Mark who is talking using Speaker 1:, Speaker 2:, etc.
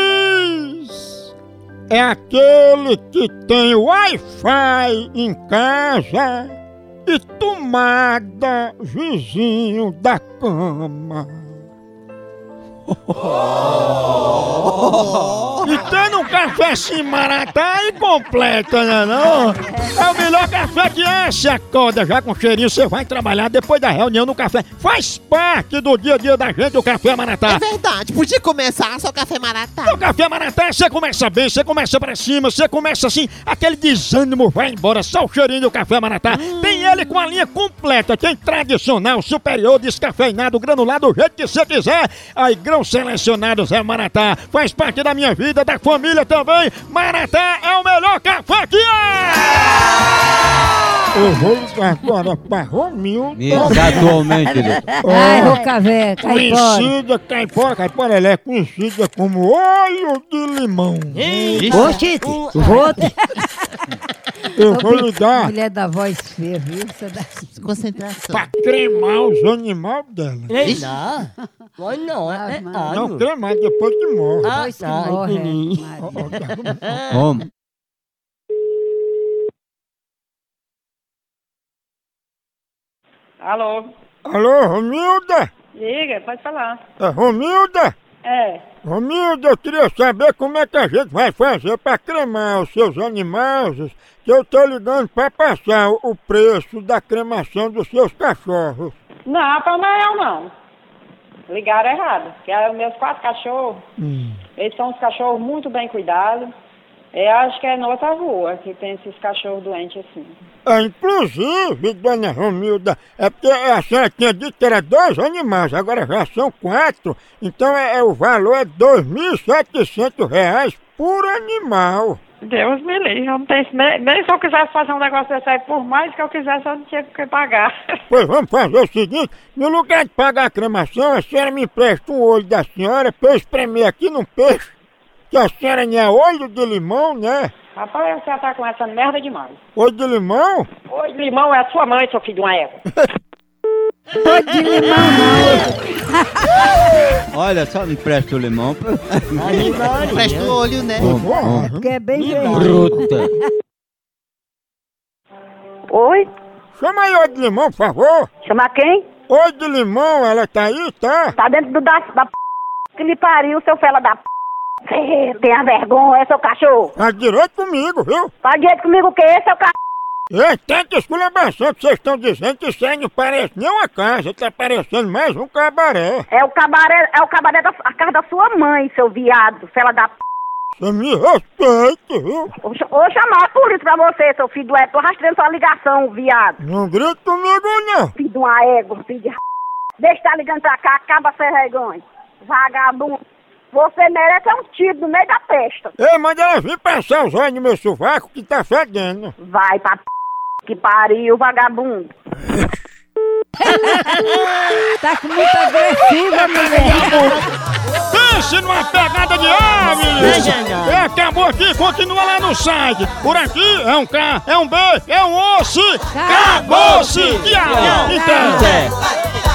Speaker 1: Feliz é aquele que tem Wi-Fi em casa e tomada vizinho da cama. E tendo um café assim maratá e completa, né não? É o melhor café que é, se acorda já com cheirinho, você vai trabalhar depois da reunião no café. Faz parte do dia a dia da gente o café maratá.
Speaker 2: É verdade, podia começar só café maratá.
Speaker 1: O Ah, café maratá, você começa bem, você começa pra cima, você começa assim, aquele desânimo vai embora, só o cheirinho do café maratá. Tem ele com a linha completa, tem tradicional, superior, descafeinado, granulado, do jeito que você quiser. Aí, grãos selecionados é maratá, faz parte da minha vida, da família também. Maratá é o melhor café que é! Eu vou ligar agora pra Romildo.
Speaker 3: Exatamente, doutor.
Speaker 4: Ai, Rocavé, caipora.
Speaker 1: Conhecida, caipora, caipora, ela é conhecida como olho de limão.
Speaker 4: Ô, Tite, vou te-
Speaker 1: Eu vou lhe dar
Speaker 4: Mulher da voz feia, viu? Você dá-
Speaker 2: Concentração.
Speaker 1: pra cremar os animais dela.
Speaker 5: Ei, não. Oi, não, é, é
Speaker 4: Ah,
Speaker 5: alho.
Speaker 1: Não cremar depois que morre.
Speaker 5: Ah,
Speaker 4: Depois que
Speaker 5: ai,
Speaker 4: morre, é,
Speaker 5: menino.
Speaker 4: Maria.
Speaker 1: Ó, ó, tá bom.
Speaker 3: Homem.
Speaker 6: Alô?
Speaker 1: Alô, Romilda?
Speaker 6: Diga, pode falar.
Speaker 1: É Romilda?
Speaker 6: É.
Speaker 1: Romilda, eu queria saber como é que a gente vai fazer pra cremar os seus animais, que eu tô ligando pra passar o- o preço da cremação dos seus cachorros.
Speaker 6: Não, pra Mael não. Ligaram errado. Que é os meus quatro cachorros, eles são uns cachorros muito bem cuidados. Eu acho que é nossa rua que tem esses cachorros doentes assim.
Speaker 1: É, inclusive, dona Romilda, é porque a senhora tinha dito que era dois animais, agora já são quatro, então é, é- o valor é R$ 2.700 reais por animal.
Speaker 6: Deus me livre, eu não tenho isso. nem, nem se eu quisesse fazer um negócio desse aí, por mais que eu quisesse, eu não tinha que pagar.
Speaker 1: Pois vamos fazer o seguinte, no lugar de pagar a cremação, a senhora me empresta um olho da senhora pra eu espremer aqui num peixe, que a senhora não é olho de limão, né?
Speaker 6: Rapaz, você tá com essa merda demais.
Speaker 1: Olho de limão?
Speaker 6: Ô, limão é a sua mãe, seu filho de uma égua.
Speaker 3: Olha, só me presta o limão.
Speaker 2: Presta o olho, né?
Speaker 3: Homem,
Speaker 1: Porra.
Speaker 4: Porque é bem grande.
Speaker 3: Bruta.
Speaker 7: Oi?
Speaker 1: Chama aí olho de limão, por favor.
Speaker 7: Chamar quem?
Speaker 1: Olho de limão, ela tá aí, tá?
Speaker 7: Tá dentro do da, da p... que lhe pariu, seu fela da p... Tenha vergonha, seu cachorro.
Speaker 1: Faz direito Tá comigo, viu?
Speaker 7: Faz direito comigo é o quê, seu cachorro?
Speaker 1: Ei, tanta esculhambação que vocês estão dizendo que isso aí não parece nem uma casa, tá parecendo mais um cabaré.
Speaker 7: É o cabaré, é o cabaré da a casa da sua mãe, seu viado, fela da p...
Speaker 1: Você me respeita, viu?
Speaker 7: Vou ch- vou chamar a polícia pra você, seu filho do égua. Tô rastreando sua ligação, viado.
Speaker 1: Não grita comigo, não.
Speaker 7: Filho de uma égua, filho de r... Deixa estar ligando pra cá, acaba sem vergonha. Vagabundo. Você merece é um tiro no meio da testa.
Speaker 1: Ei, manda ela vir passar os olhos no meu sovaco que tá fedendo.
Speaker 7: Vai pra p... que pariu, vagabundo.
Speaker 4: Tá com muita agressiva, mulher.
Speaker 1: Pense numa pegada de ave! E acabou aqui, continua lá no site. Por aqui é um K, é um B, é um osso. Acabou-se! Acabou
Speaker 3: Tchau.
Speaker 1: então.
Speaker 3: Zé.
Speaker 2: Vai, vai.